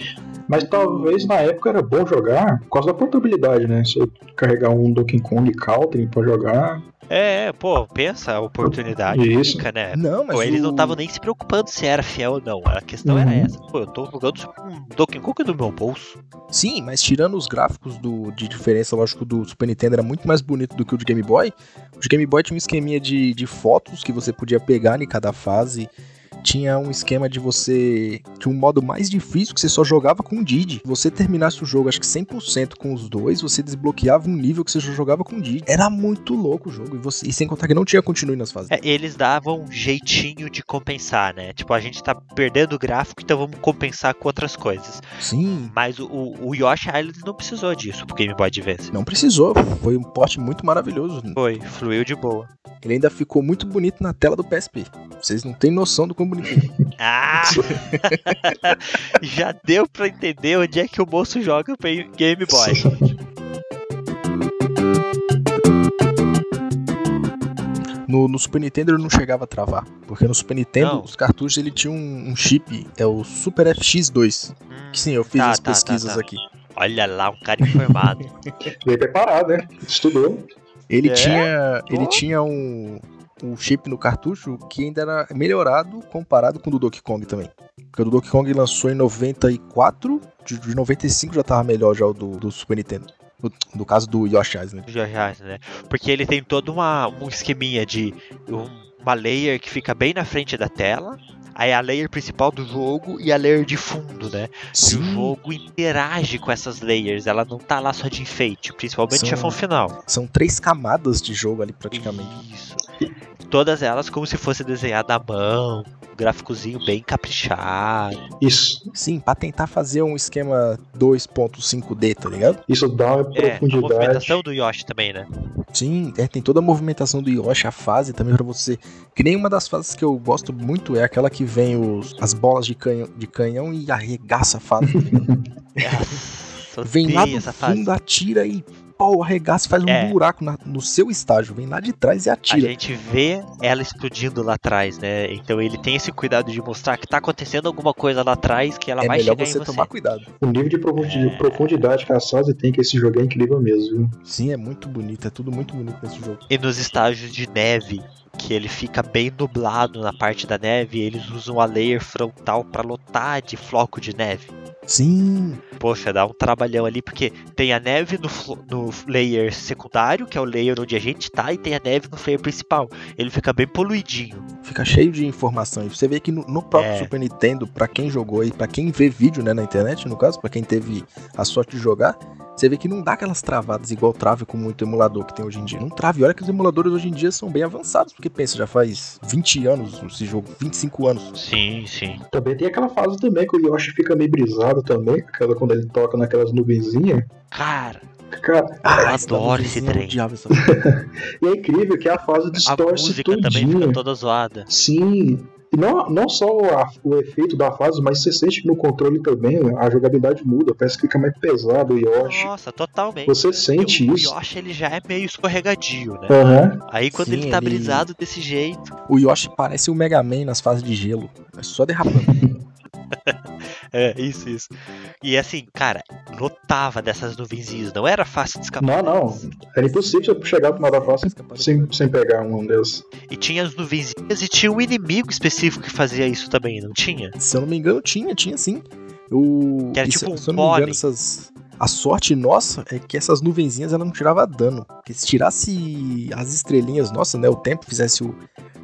Mas talvez na época era bom jogar por causa da portabilidade, né? Se eu carregar um Donkey Kong Country pra jogar. É, é, pô, pensa a oportunidade Isso. única, né? Não, mas Pô, eles o- não estavam nem se preocupando se era fiel ou não. A questão era Uhum. essa. Pô, eu tô jogando um Donkey Kong do meu bolso. Sim, mas tirando os gráficos do de diferença, lógico, do Super Nintendo era muito mais bonito do que o de Game Boy. O de Game Boy tinha um esqueminha de, de fotos que você podia pegar em cada fase. Tinha um esquema de você. Tinha um modo mais difícil que você só jogava com o Didi. Se você terminasse o jogo, acho que 100% com os dois, você desbloqueava um nível que você só jogava com o Didi. Era muito louco o jogo. E, você- e sem contar que não tinha continue nas fases. É, eles davam um jeitinho de compensar, né? Tipo, a gente tá perdendo o gráfico, então vamos compensar com outras coisas. Sim, Mas o, o Yoshi Island não precisou disso pro Game Boy Advance. não precisou. Foi um porte muito maravilhoso. Foi, fluiu de boa. Ele ainda ficou muito bonito na tela do PSP. Vocês não têm noção do quão bonito é. Ah! Já deu pra entender onde é que o moço joga o Pe- Game Boy. No, no Super Nintendo ele não chegava a travar. Porque no Super Nintendo, Não. os cartuchos ele tinha um, um chip, é o Super FX2. Hum, Que sim, eu fiz Tá, as tá, pesquisas tá, tá. aqui. olha lá, um cara informado. Bem preparado, né? Estudou. Ele É? tinha. Ele Ó. tinha um, um chip no cartucho que ainda era melhorado comparado com o do Donkey Kong também. Porque o do Donkey Kong lançou em 94, de, de 95 já tava melhor já o do, do Super Nintendo. No, no caso do Yoshi Island. do George Harrison, né? Porque ele tem todo uma, um esqueminha de um- uma layer que fica bem na frente da tela, aí a layer principal do jogo e a layer de fundo, né? E o jogo interage com essas layers, ela não tá lá só de enfeite, principalmente São- o chefão final. São três camadas de jogo ali praticamente. Isso. Todas elas como se fosse desenhada à mão, um gráficozinho bem caprichado. Isso, Sim, pra tentar fazer um esquema 2.5D, tá ligado? isso dá uma É, a profundidade. movimentação do Yoshi também, né? Sim, é, tem toda a movimentação do Yoshi, a fase também pra você. Que nem uma das fases que eu gosto muito é aquela que vem os, as bolas de canhão, de canhão e arregaça a fase. tá ligado? Nossa, vem lá odeio do essa fase. fundo, atira e pô, arregaça, faz um É. buraco na- no seu estágio. Vem lá de trás e A atira. gente vê ela explodindo lá atrás, né? Então ele tem esse cuidado de mostrar que tá acontecendo alguma coisa lá atrás que ela É vai melhor chegar você, em você. tomar cuidado. O nível de profundi- É. profundidade que a Sasa tem, que esse jogo é incrível mesmo. viu? Sim, é muito bonito, é tudo muito bonito nesse jogo. E nos estágios de neve, que ele fica bem nublado na parte da neve, eles usam a layer frontal pra lotar de floco de neve. Sim. Poxa, dá um trabalhão ali, porque tem a neve no, flo- no layer secundário, que é o layer onde a gente tá, e tem a neve no layer principal. Ele fica bem poluidinho. Fica cheio de informação. E você vê que no, no próprio É. Super Nintendo, pra quem jogou e pra quem vê vídeo, né, na internet, no caso, pra quem teve a sorte de jogar, você vê que não dá aquelas travadas igual trava com muito emulador que tem hoje em dia. Não trava. E olha que os emuladores hoje em dia são bem avançados, porque pensa, já faz 20 anos esse jogo, 25 anos. Sim, sim. Também tem aquela fase também que o Yoshi fica meio brisado também, aquela quando ele toca naquelas nuvenzinhas. Cara, Cara, eu essa Ah, adoro esse nuvenzinha, tá eu trem. odiava essa e é incrível que a fase A distorce música também tudinho. fica toda zoada. Sim. E não, não só a- o efeito da fase, mas você sente que no controle também né, a jogabilidade muda, parece que fica mais pesado o Yoshi. Nossa, totalmente. Você sente Ah, o isso. Yoshi ele já é meio escorregadio, né? Aham. Aí quando Sim, ele tá ele- brisado desse jeito, O Yoshi parece o Mega Man nas fases de gelo. É só derrapando. é isso, isso. E assim, cara, lotava dessas nuvenzinhas, não era fácil de escapar. Não, não. Era impossível você chegar pro final da fase sem, sem pegar um deles. E tinha as nuvenzinhas e tinha um inimigo específico que fazia isso também, não tinha? Se eu não me engano, tinha, tinha sim. O... Que era e se- tipo um se eu não me engano, golem. essas... A sorte nossa é que essas nuvenzinhas ela não tirava dano. Porque se tirasse as estrelinhas nossa, né? O tempo fizesse o,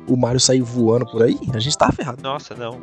o Mario sair voando por aí, a gente tava ferrado. Nossa, não.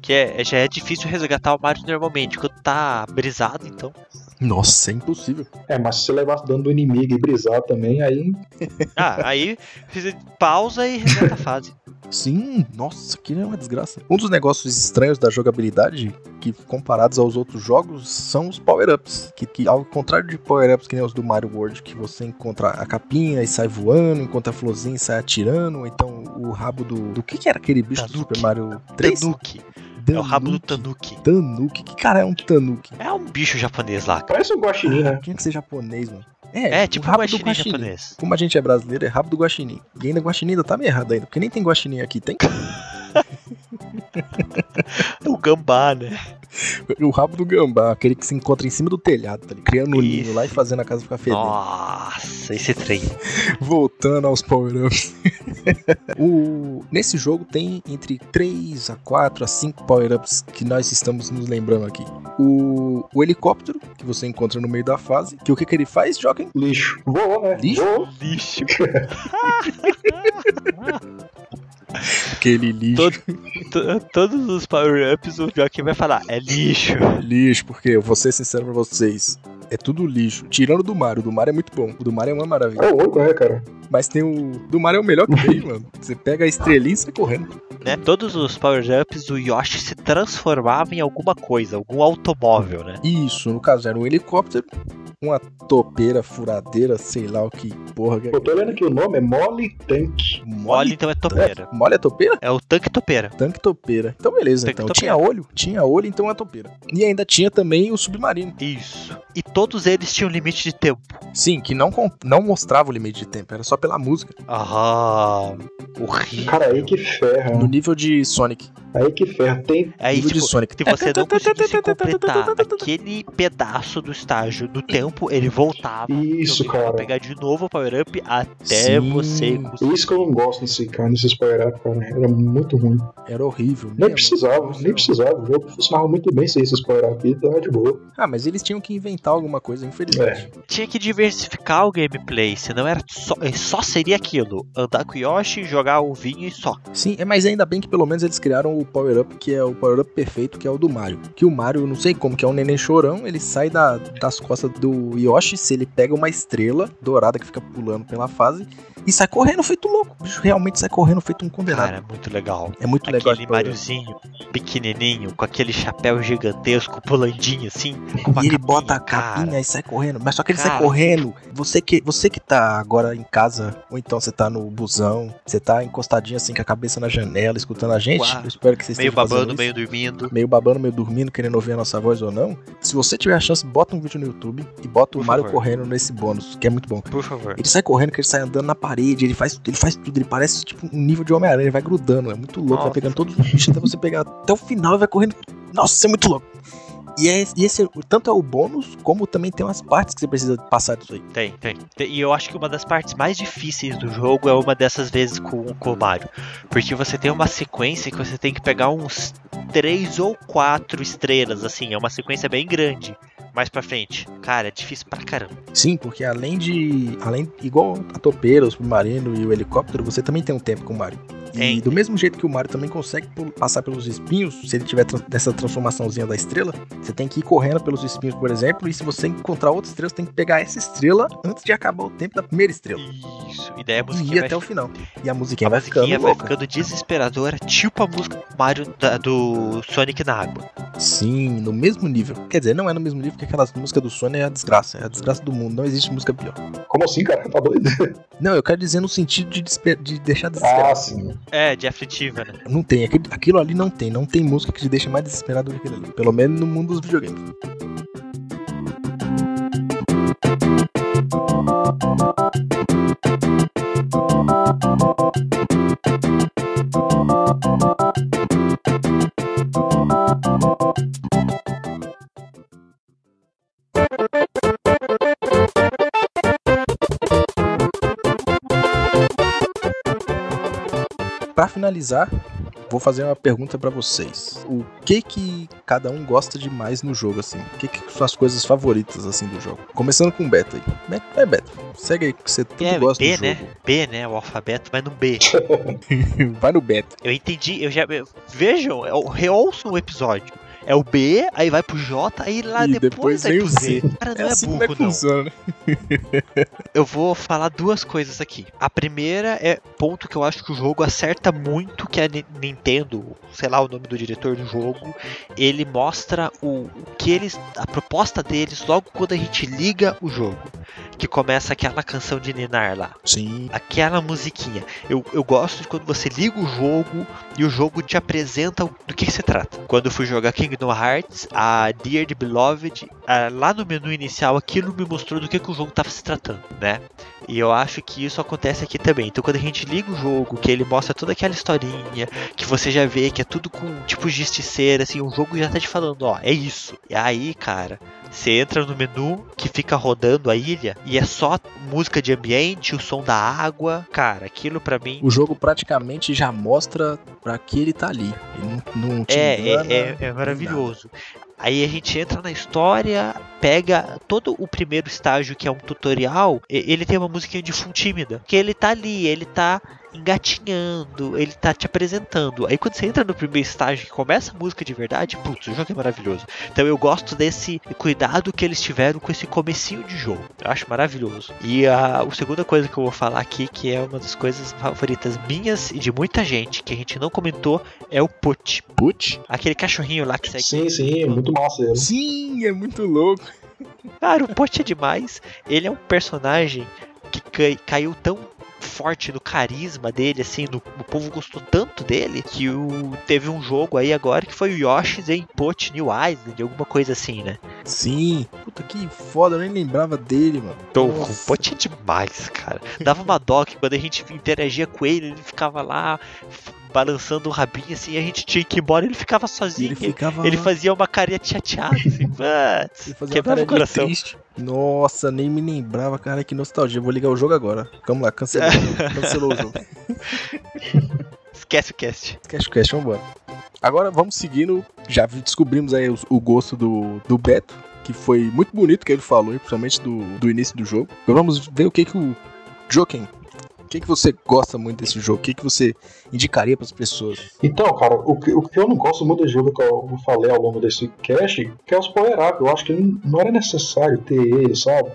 Que é, já é difícil resgatar o Mario normalmente, quando tá brisado, então. Nossa, é impossível. É, mas se você levasse dano do inimigo e brisar também, aí Ah, aí fiz- pausa e resgata a fase. Sim, nossa, que é uma desgraça. Um dos negócios estranhos da jogabilidade, que comparados aos outros jogos, são os power-ups. Que, que ao contrário de power-ups que nem os do Mario World, que você encontra a capinha e sai voando, encontra a florzinha e sai atirando, ou então o rabo do. Do que, que era aquele bicho do Tanuki. Super Mario 3? Tanuki. É o rabo do Tanuki. Tanuki. Que cara é um Tanuki? É um bicho japonês lá. cara. parece um guaxinim, né? Tinha que ser japonês, mano. É, o tipo um rabo do guaxinim guaxinim. japonês. Como a gente é brasileiro, é rabo do guaxinim. E ainda guaxinim ainda tá meio errado ainda, porque nem tem guaxinim aqui, tem? É o gambá, né? O rabo do gambá, aquele que se encontra em cima do telhado, tá ligado? criando o ninho Isso. lá e fazendo a casa ficar fedendo. Nossa, esse trem. Voltando aos power-ups. O- Nesse jogo tem entre 3 a 4 a 5 power-ups que nós estamos nos lembrando aqui. O, o helicóptero, que você encontra no meio da fase, que o que, que ele faz? Joga em Lixo. Voou, né? Lixo? Voou. Lixo. aquele lixo. Todo- To- Todos os power-ups o Joaquim vai falar, é lixo. Lixo, porque eu vou ser sincero pra vocês. É tudo lixo. Tirando o do Mario. O do Mario é muito bom. O do Mario é uma maravilha. É louco, né, cara? Mas tem o. Do Mario é o melhor que tem, mano. Você pega a estrelinha e sai correndo. Né? Todos os power-ups o Yoshi se transformava em alguma coisa, algum automóvel, né? Isso, no caso era um helicóptero, uma topeira, furadeira, sei lá o que porra. que é. Eu tô olhando aqui o nome, é Molly Tank. Olha, Mole, então é topeira. mole é topeira? É o tanque topeira. Tanque topeira. Então beleza, Tanque então topeira. tinha olho, tinha olho, então é topeira. E ainda tinha também o submarino. Isso. E todos eles tinham limite de tempo. Sim, que não, con- não mostrava o limite de tempo, era só pela música. Ah, horrível. Cara, aí que ferra. né? No nível de Sonic. Aí que ferra. Tem Aí, nível tipo, de Sonic. se você não conseguisse completar aquele pedaço do estágio do tempo, ele voltava. isso, Então, ele ia cara. pegar de novo o power-up até Sim. você É conseguir. Isso que eu não gosto né, nesse cara, nesse spoiler, cara. Era muito ruim. Era horrível. Nem É, né, precisava, mano? nem precisava. O jogo funcionava muito bem sem esse spoiler aqui, tava então, de boa. Ah, mas eles tinham que inventar alguma coisa, É. infelizmente. Tinha que diversificar o gameplay, senão era só, eh, só seria aquilo: andar com o Yoshi, jogar o vinho e só. Sim, é, mas ainda bem que pelo menos eles criaram o power-up, que é o power-up perfeito, que é o do Mario. Que o Mario, eu não sei como, que é um neném chorão, ele sai da- das costas do Yoshi, se ele pega uma estrela dourada que fica pulando pela fase, e sai correndo feito louco. O bicho realmente sai correndo feito um condenado. Cara, muito legal. é muito legal. Aquele esse power-up. Mariozinho pequenininho, com aquele chapéu gigantesco, pulandinho assim. com uma E capinha, ele bota a cara. capinha e sai correndo. Mas só que ele sai Cara. correndo. Você que, você que tá agora em casa, ou então você tá no busão, você tá encostadinho assim com a cabeça na janela, escutando a gente. Uau. Eu espero que vocês Meio estejam fazendo babando, isso. meio dormindo. meio babando, meio dormindo, querendo ouvir a nossa voz ou não. Se você tiver a chance, bota um vídeo no YouTube e bota o Por Mario favor. correndo nesse bônus, que é muito bom. Por favor. Ele sai correndo, que ele sai andando na parede, ele faz, ele faz tudo, ele parece tipo um nível de Homem-Aranha, ele vai grudando, é muito louco, vai Nossa. pegando todos os bichos até você pegar até o final e vai correndo. Nossa, é muito louco. E, é, e esse, tanto é o bônus, como também tem umas partes que você precisa passar disso aí. Tem, tem. Tem- E eu acho que uma das partes mais difíceis do jogo é uma dessas vezes com, com o Mario. Porque você tem uma sequência que você tem que pegar uns três ou quatro estrelas, assim. É uma sequência bem grande. Mais pra frente. Cara, é difícil pra caramba. Sim, porque além de. além Igual a topeira, o submarino e o helicóptero, você também tem um tempo com o Mario. E Tem. do mesmo jeito que o Mario também consegue pul- passar pelos espinhos, se ele tiver tran- dessa transformaçãozinha da estrela, você tem que ir correndo pelos espinhos, por exemplo, e se você encontrar outra estrela, você tem que pegar essa estrela antes de acabar o tempo da primeira estrela. Isso. E daí a E musiquinha ir vai, até o final. E a musiquinha a vai ficando musiquinha vai louca. ficando desesperadora, tipo a música do Mario da- do Sonic na água. Sim, no mesmo nível. Quer dizer, não é no mesmo nível, porque aquelas músicas do Sony é a desgraça. É a desgraça do mundo. Não existe música pior. Como assim, cara? Tá doido? Não, eu quero dizer no sentido de, desesper- de deixar desesperado. Ah, sim. É, de aflitiva, né? Não tem, aquele- aquilo ali não tem. Não tem música que te deixa mais desesperado do que aquilo ali. Pelo menos no mundo dos videogames. Pra finalizar, vou fazer uma pergunta pra vocês. O que que cada um gosta de mais no jogo, assim? O que que são as coisas favoritas, assim, do jogo? Começando com o Beto aí. Beto- É, Beto, segue aí que você tanto É, gosta B, do né? jogo. B, né? O alfabeto, mas no B. Vai no Beto. Eu entendi, eu já. eu- vejam, eu reouço o episódio. É o B, aí vai pro J, aí lá E depois depois, aí vem pro o Z. Cara, É não é, assim como é burro, que não. funciona, né? Eu vou falar duas coisas aqui. A primeira é ponto que eu acho que o jogo acerta muito que a Ni- Nintendo, sei lá o nome do diretor do jogo, ele mostra o, o que eles, a proposta deles logo quando a gente liga o jogo, que começa aquela canção de Ninar lá. Sim. aquela musiquinha. Eu, eu gosto de quando você liga o jogo e o jogo te apresenta o- do que, que se trata. Quando eu fui jogar Kingdom Hearts, a Dear the Beloved, ah, lá no menu inicial, aquilo me mostrou do que, que o jogo estava se tratando, né? E eu acho que isso acontece aqui também. Então quando a gente liga o jogo, que ele mostra toda aquela historinha, que você já vê que é tudo com tipo justiceira, assim, o jogo já tá te falando, ó, é isso. E aí, cara, você entra no menu que fica rodando a ilha e é só música de ambiente, o som da água. Cara, aquilo pra mim O jogo praticamente já mostra pra que ele tá ali. Ele não, não te é, engana. é, é, é maravilhoso. Aí a gente entra na história, pega todo o primeiro estágio que é um tutorial, e- ele tem uma musiquinha de full tímida, que ele tá ali, ele tá engatinhando, ele tá te apresentando. Aí quando você entra no primeiro estágio que começa a música de verdade, putz, o jogo é maravilhoso. Então eu gosto desse cuidado que eles tiveram com esse comecinho de jogo. Eu acho maravilhoso. E a, a segunda coisa que eu vou falar aqui, que é uma das coisas favoritas minhas e de muita gente, que a gente não comentou, é o put. Putz. Aquele cachorrinho lá que segue. Sim, sim, é muito massa ele. Sim, é muito louco. Cara, o Pote é demais. Ele é um personagem que cai- caiu tão forte no carisma dele, assim, no- o povo gostou tanto dele que o, teve um jogo aí agora que foi o Yoshi's em Pote New Island, alguma coisa assim, né? Sim. Puta que foda, eu nem lembrava dele, mano. Então, o Nossa. Pote é demais, cara. Dava uma dó que quando a gente interagia com ele, ele ficava lá f- balançando o rabinho assim, e a gente tinha que ir embora, ele ficava E sozinho. ele Ele, ficava. ele lá, fazia uma carinha chateada, assim, ele "Putz", fazia uma quebrava o cara de coração. triste. Nossa, nem me lembrava, cara, que nostalgia. Vou ligar o jogo agora. Vamos lá, cancelou. cancelou o jogo. Esquece o cast. Cash Cash, vambora. Agora vamos seguindo. Já vi- descobrimos aí os- o, gosto do, do Beto, que foi muito bonito que ele falou, e principalmente do, do início do jogo. Agora vamos ver o que que o Joken. O que, que você gosta muito desse jogo? O que, que você indicaria pras pessoas? Então, cara, o que, o que eu não gosto muito do jogo que eu falei ao longo desse cast, que é os power-up. Eu acho que não não era necessário ter ele, sabe?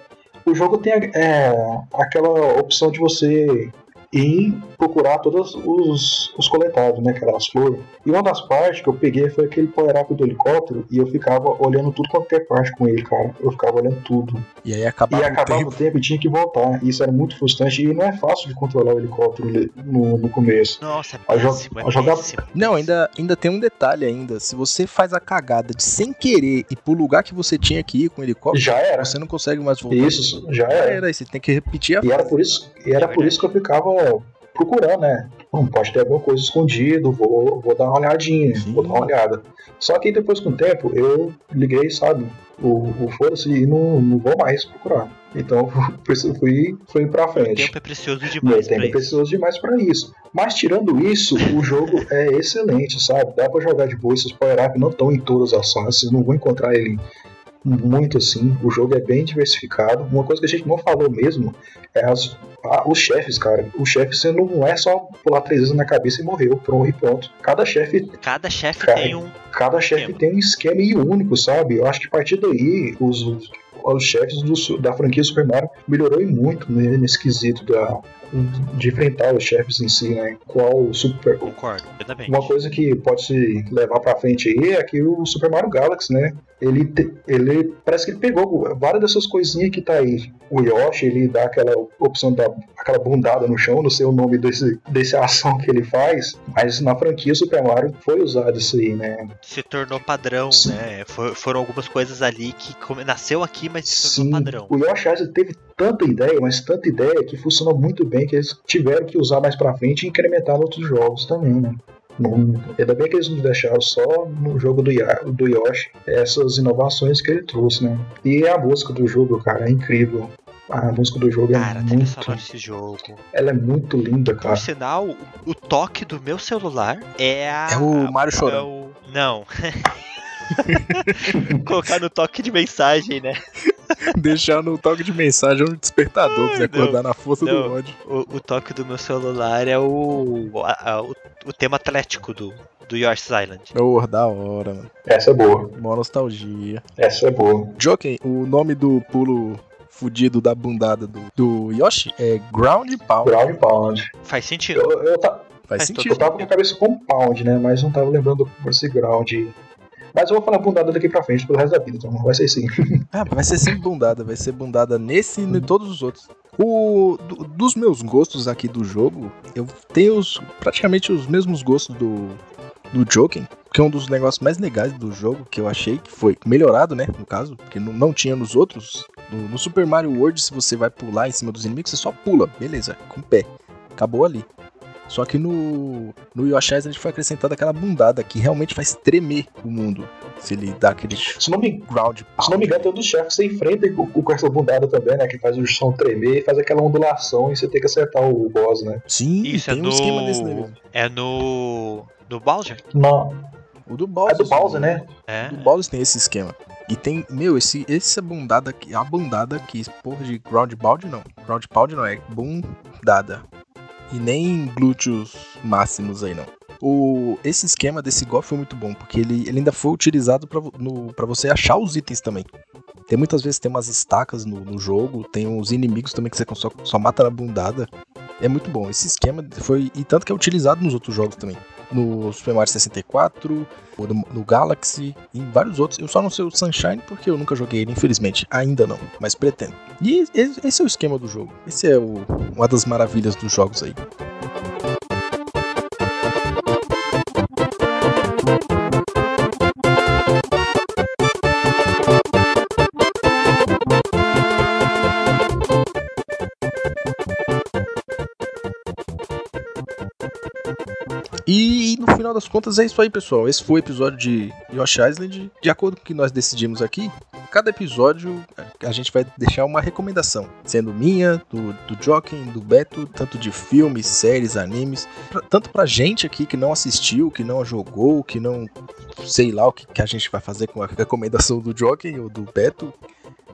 O jogo tem é, aquela opção de você ir procurar todos os, os coletáveis, né? Aquelas flores. E uma das partes que eu peguei foi aquele power-up do helicóptero e eu ficava olhando tudo quanto é parte com ele, cara. Eu ficava olhando tudo. E aí acabava E o acabava um tempo. o tempo e tinha que voltar. Isso era muito frustrante e não é fácil de controlar o helicóptero no, no começo. Nossa, é A jo- péssimo, é a jogar- péssimo. Não, ainda, ainda tem um detalhe ainda. Se você faz a cagada de sem querer e pro lugar que você tinha que ir com o helicóptero, Já era. você não consegue mais voltar. Isso, já Já era. era, aí você tem que repetir a E era por isso, e era por isso que eu ficava procurando, né? Bom, pode ter alguma coisa escondida, vou, vou dar uma olhadinha, Sim. vou dar uma olhada. Só que depois com o tempo eu liguei, sabe, o, o foda-se e não, não vou mais procurar. Então eu fui, fui pra O frente. tempo é precioso Meu demais pra tempo é isso. precioso demais pra isso. Mas tirando isso, o jogo é excelente, sabe? Dá pra jogar de boa. Esses power-up não estão em todas as salas, vocês não vão encontrar ele muito assim. O jogo é bem diversificado. Uma coisa que a gente não falou mesmo é as- a- os chefes, cara. O chefe você não é só pular três vezes na cabeça e morreu, pronto e pronto. Cada chefe Cada chefe Cara, tem um. cada chefe Esquema. tem um esquema e único, sabe? Eu acho que a partir daí os, os- os chefes do su- da franquia Super Mario melhorou e muito né, nesse quesito da, de enfrentar os chefes em si, né? Qual o super. Concordo, completamente. Uma coisa que pode se levar pra frente aí é que o Super Mario Galaxy, né? Ele, te- ele parece que ele pegou várias dessas coisinhas que tá aí. O Yoshi, ele dá aquela opção da aquela bundada no chão, não sei o nome desse, desse ação que ele faz, mas na franquia Super Mario foi usado isso aí, né? Se tornou padrão, Sim. né? For- foram algumas coisas ali que come- nasceu aqui, mas se tornou é padrão. O Yoshi Isaac teve tanta ideia, mas tanta ideia que funcionou muito bem que eles tiveram que usar mais pra frente e incrementar em outros jogos também, né? Não- Ainda bem que eles não deixaram só no jogo do, Ya- do Yoshi essas inovações que ele trouxe, né? E a música do jogo, cara, é incrível. A música do jogo Cara, é a trilha muito. sonora desse jogo. Ela é muito linda, Por cara. sinal, o- o toque do meu celular é a. É o Mario é chorando. o- Não. Colocar no toque de mensagem, né? Deixar no toque de mensagem um despertador pra você Ai, não. acordar na força Não. do ódio. O, o toque do meu celular é o. a- a- o, o tema atlético do, do Yoshi's Island. Oh, da hora, mano. Essa é boa. Mó nostalgia. Essa é boa. Joken, o nome do pulo fudido da bundada do, do Yoshi é Ground Pound. Ground Pound. Faz sentido. Eu, eu, ta- Faz Faz Eu sentido. tava com a cabeça com pound, né? Mas não tava lembrando esse ground. Mas eu vou falar bundada daqui pra frente pelo resto da vida, então vai ser sim. Ah, vai ser sempre bundada, vai ser bundada nesse e em todos os outros. O, do- dos meus gostos aqui do jogo, eu tenho os- praticamente os mesmos gostos do, do Joken, que é um dos negócios mais legais do jogo, que eu achei que foi melhorado, né, no caso, porque não, não tinha nos outros. No, no Super Mario World, se você vai pular em cima dos inimigos, você só pula, beleza, com o pé. Acabou ali. Só que no, no Yoshi Island foi acrescentada aquela bundada que realmente faz tremer o mundo. Se ele dá aquele Se não me, ground se não me engano, tem um dos chefes que você enfrenta com, com essa bundada também, né? Que faz o som tremer e faz aquela ondulação e você tem que acertar o boss, né? Sim, Isso, é tem do. um esquema desse negócio. é no. No Bowser? Não, O do é Bowser. do Bowser, né? É. O do Bowser tem esse esquema. E tem, meu, esse, essa bundada aqui, a bundada aqui, porra de ground pound não. Ground pound não, é bundada. E nem glúteos máximos aí não. O, esse esquema desse golpe foi muito bom, porque ele, ele ainda foi utilizado pra vo- no- pra você achar os itens também. Tem muitas vezes tem umas estacas no, no jogo, tem uns inimigos também que você só, só mata na bundada. É muito bom. Esse esquema foi. E tanto que é utilizado nos outros jogos também. No Super Mario 64, ou no, um, no Galaxy, em vários outros. Eu só não sei o Sunshine porque eu nunca joguei ele, infelizmente. Ainda não, mas pretendo. E es- es- esse é o esquema do jogo. Esse é o- uma das maravilhas dos jogos aí. E no final das contas é isso aí, pessoal. Esse foi o episódio de Yoshi Island. De acordo com o que nós decidimos aqui, cada episódio a- a gente vai deixar uma recomendação, sendo minha, do, do Joken, do Beto, tanto de filmes, séries, animes, pra- tanto pra gente aqui que não assistiu, que não jogou, que não sei lá o que, que a gente vai fazer com a recomendação do Joken ou do Beto.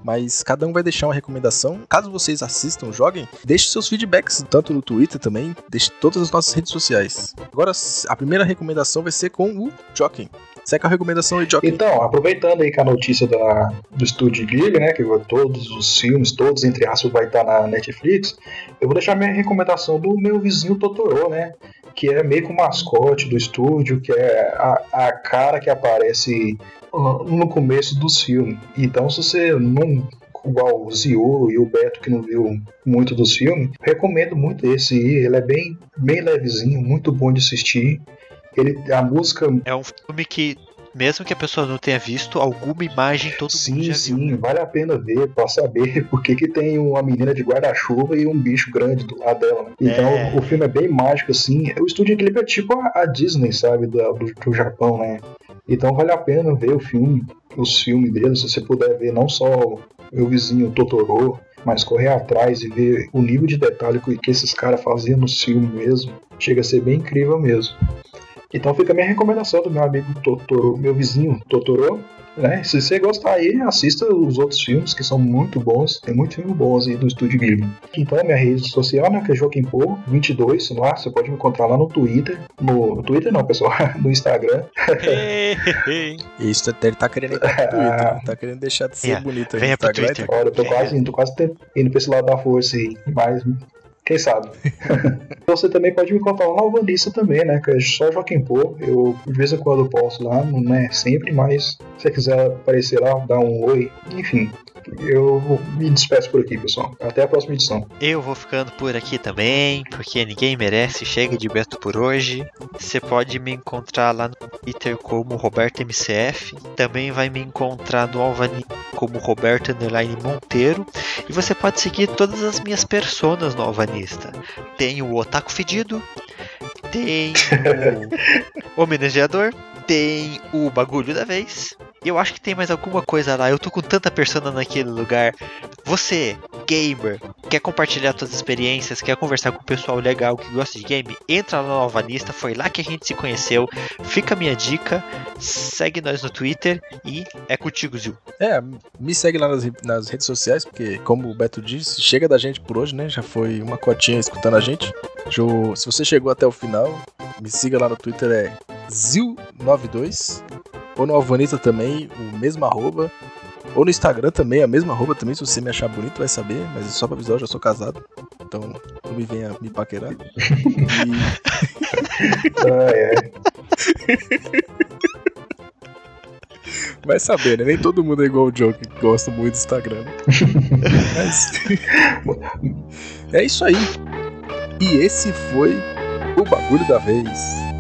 Mas cada um vai deixar uma recomendação. Caso vocês assistam, joguem, deixe seus feedbacks, tanto no Twitter também, deixe todas as nossas redes sociais. Agora, a primeira recomendação vai ser com o Joken. Seca a recomendação aí, Joken. Então, aproveitando aí com a notícia da, do Estúdio Ghibli, né? Que todos os filmes, todos entre aspas, vai estar na Netflix. Eu vou deixar minha recomendação do meu vizinho Totoro, né? Que é meio que o mascote do estúdio, que é a, a cara que aparece ah, no começo dos filmes. Então, se você não. Igual o Zio e o Beto, que não viu muito dos filmes, recomendo muito esse. aí. Ele é bem, bem levezinho, muito bom de assistir. Ele, a música É um filme que Mesmo que a pessoa não tenha visto, alguma imagem todo mundo Sim, já viu. né? sim, vale a pena ver pra saber por que, que tem uma menina de guarda-chuva e um bicho grande do lado dela. né? Então É. o filme é bem mágico, assim. O estúdio Eclipse é tipo a, a Disney, sabe, da- do, do Japão, né? Então vale a pena ver o filme, os filmes deles, se você puder ver não só o meu vizinho Totoro, mas correr atrás e ver o nível de detalhe que que esses caras faziam no filme mesmo. Chega a ser bem incrível mesmo. Então fica a minha recomendação do meu amigo Totoro, meu vizinho Totoro, né? Se você gostar aí, assista os outros filmes que são muito bons, tem muito filme bons aí do Estúdio Ghibli. Então minha rede social, né, que é Joaquim Pou, 22, lá, você pode me encontrar lá no Twitter, no no Twitter não, pessoal, no Instagram. Isso ele tá querendo ir pro Twitter, né? tá querendo deixar de ser Venha, bonito aí no venha pro Instagram. Twitter. Olha, eu tô quase indo, tô quase te- indo pra esse lado da força aí, mas quem sabe. Você também pode me contar lá na Alvanista também, né? Que é só Joaquim Pô. Eu de vez em quando posto lá, não é sempre, mas se você quiser aparecer lá, dar um oi, enfim. Eu me despeço por aqui, pessoal. Até a próxima edição. Eu vou ficando por aqui também, porque ninguém merece. Chega de Beto por hoje. Você pode me encontrar lá no Twitter como RobertoMCF. Também vai me encontrar no Alvani como Roberto Underline Monteiro. E você pode seguir todas as minhas personas no Alvanista. Tem o Otaku Fedido, tem o Homenageador, tem o Bagulho da Vez. E Eu acho que tem mais alguma coisa lá. Eu tô com tanta persona naquele lugar. Você, gamer, quer compartilhar suas experiências, quer conversar com o pessoal legal que gosta de game, entra lá no Alvanista, foi lá que a gente se conheceu. Fica a minha dica, segue nós no Twitter e é contigo, Zil. É, me segue lá nas, re- nas redes sociais, porque como o Beto disse, chega da gente por hoje, né? Já foi uma cotinha escutando a gente. Jo- se você chegou até o final, me siga lá no Twitter, é zil92. Ou no Alvanista também, o mesmo arroba. Ou no Instagram também, a mesma arroba também, se você me achar bonito vai saber, mas é só pra avisar, eu já sou casado. Então não me venha me paquerar. E Ai, ai. vai saber, né? Nem todo mundo é igual o Joe, que gosta muito do Instagram. né? Mas... É isso aí. E esse foi o Bagulho da Vez.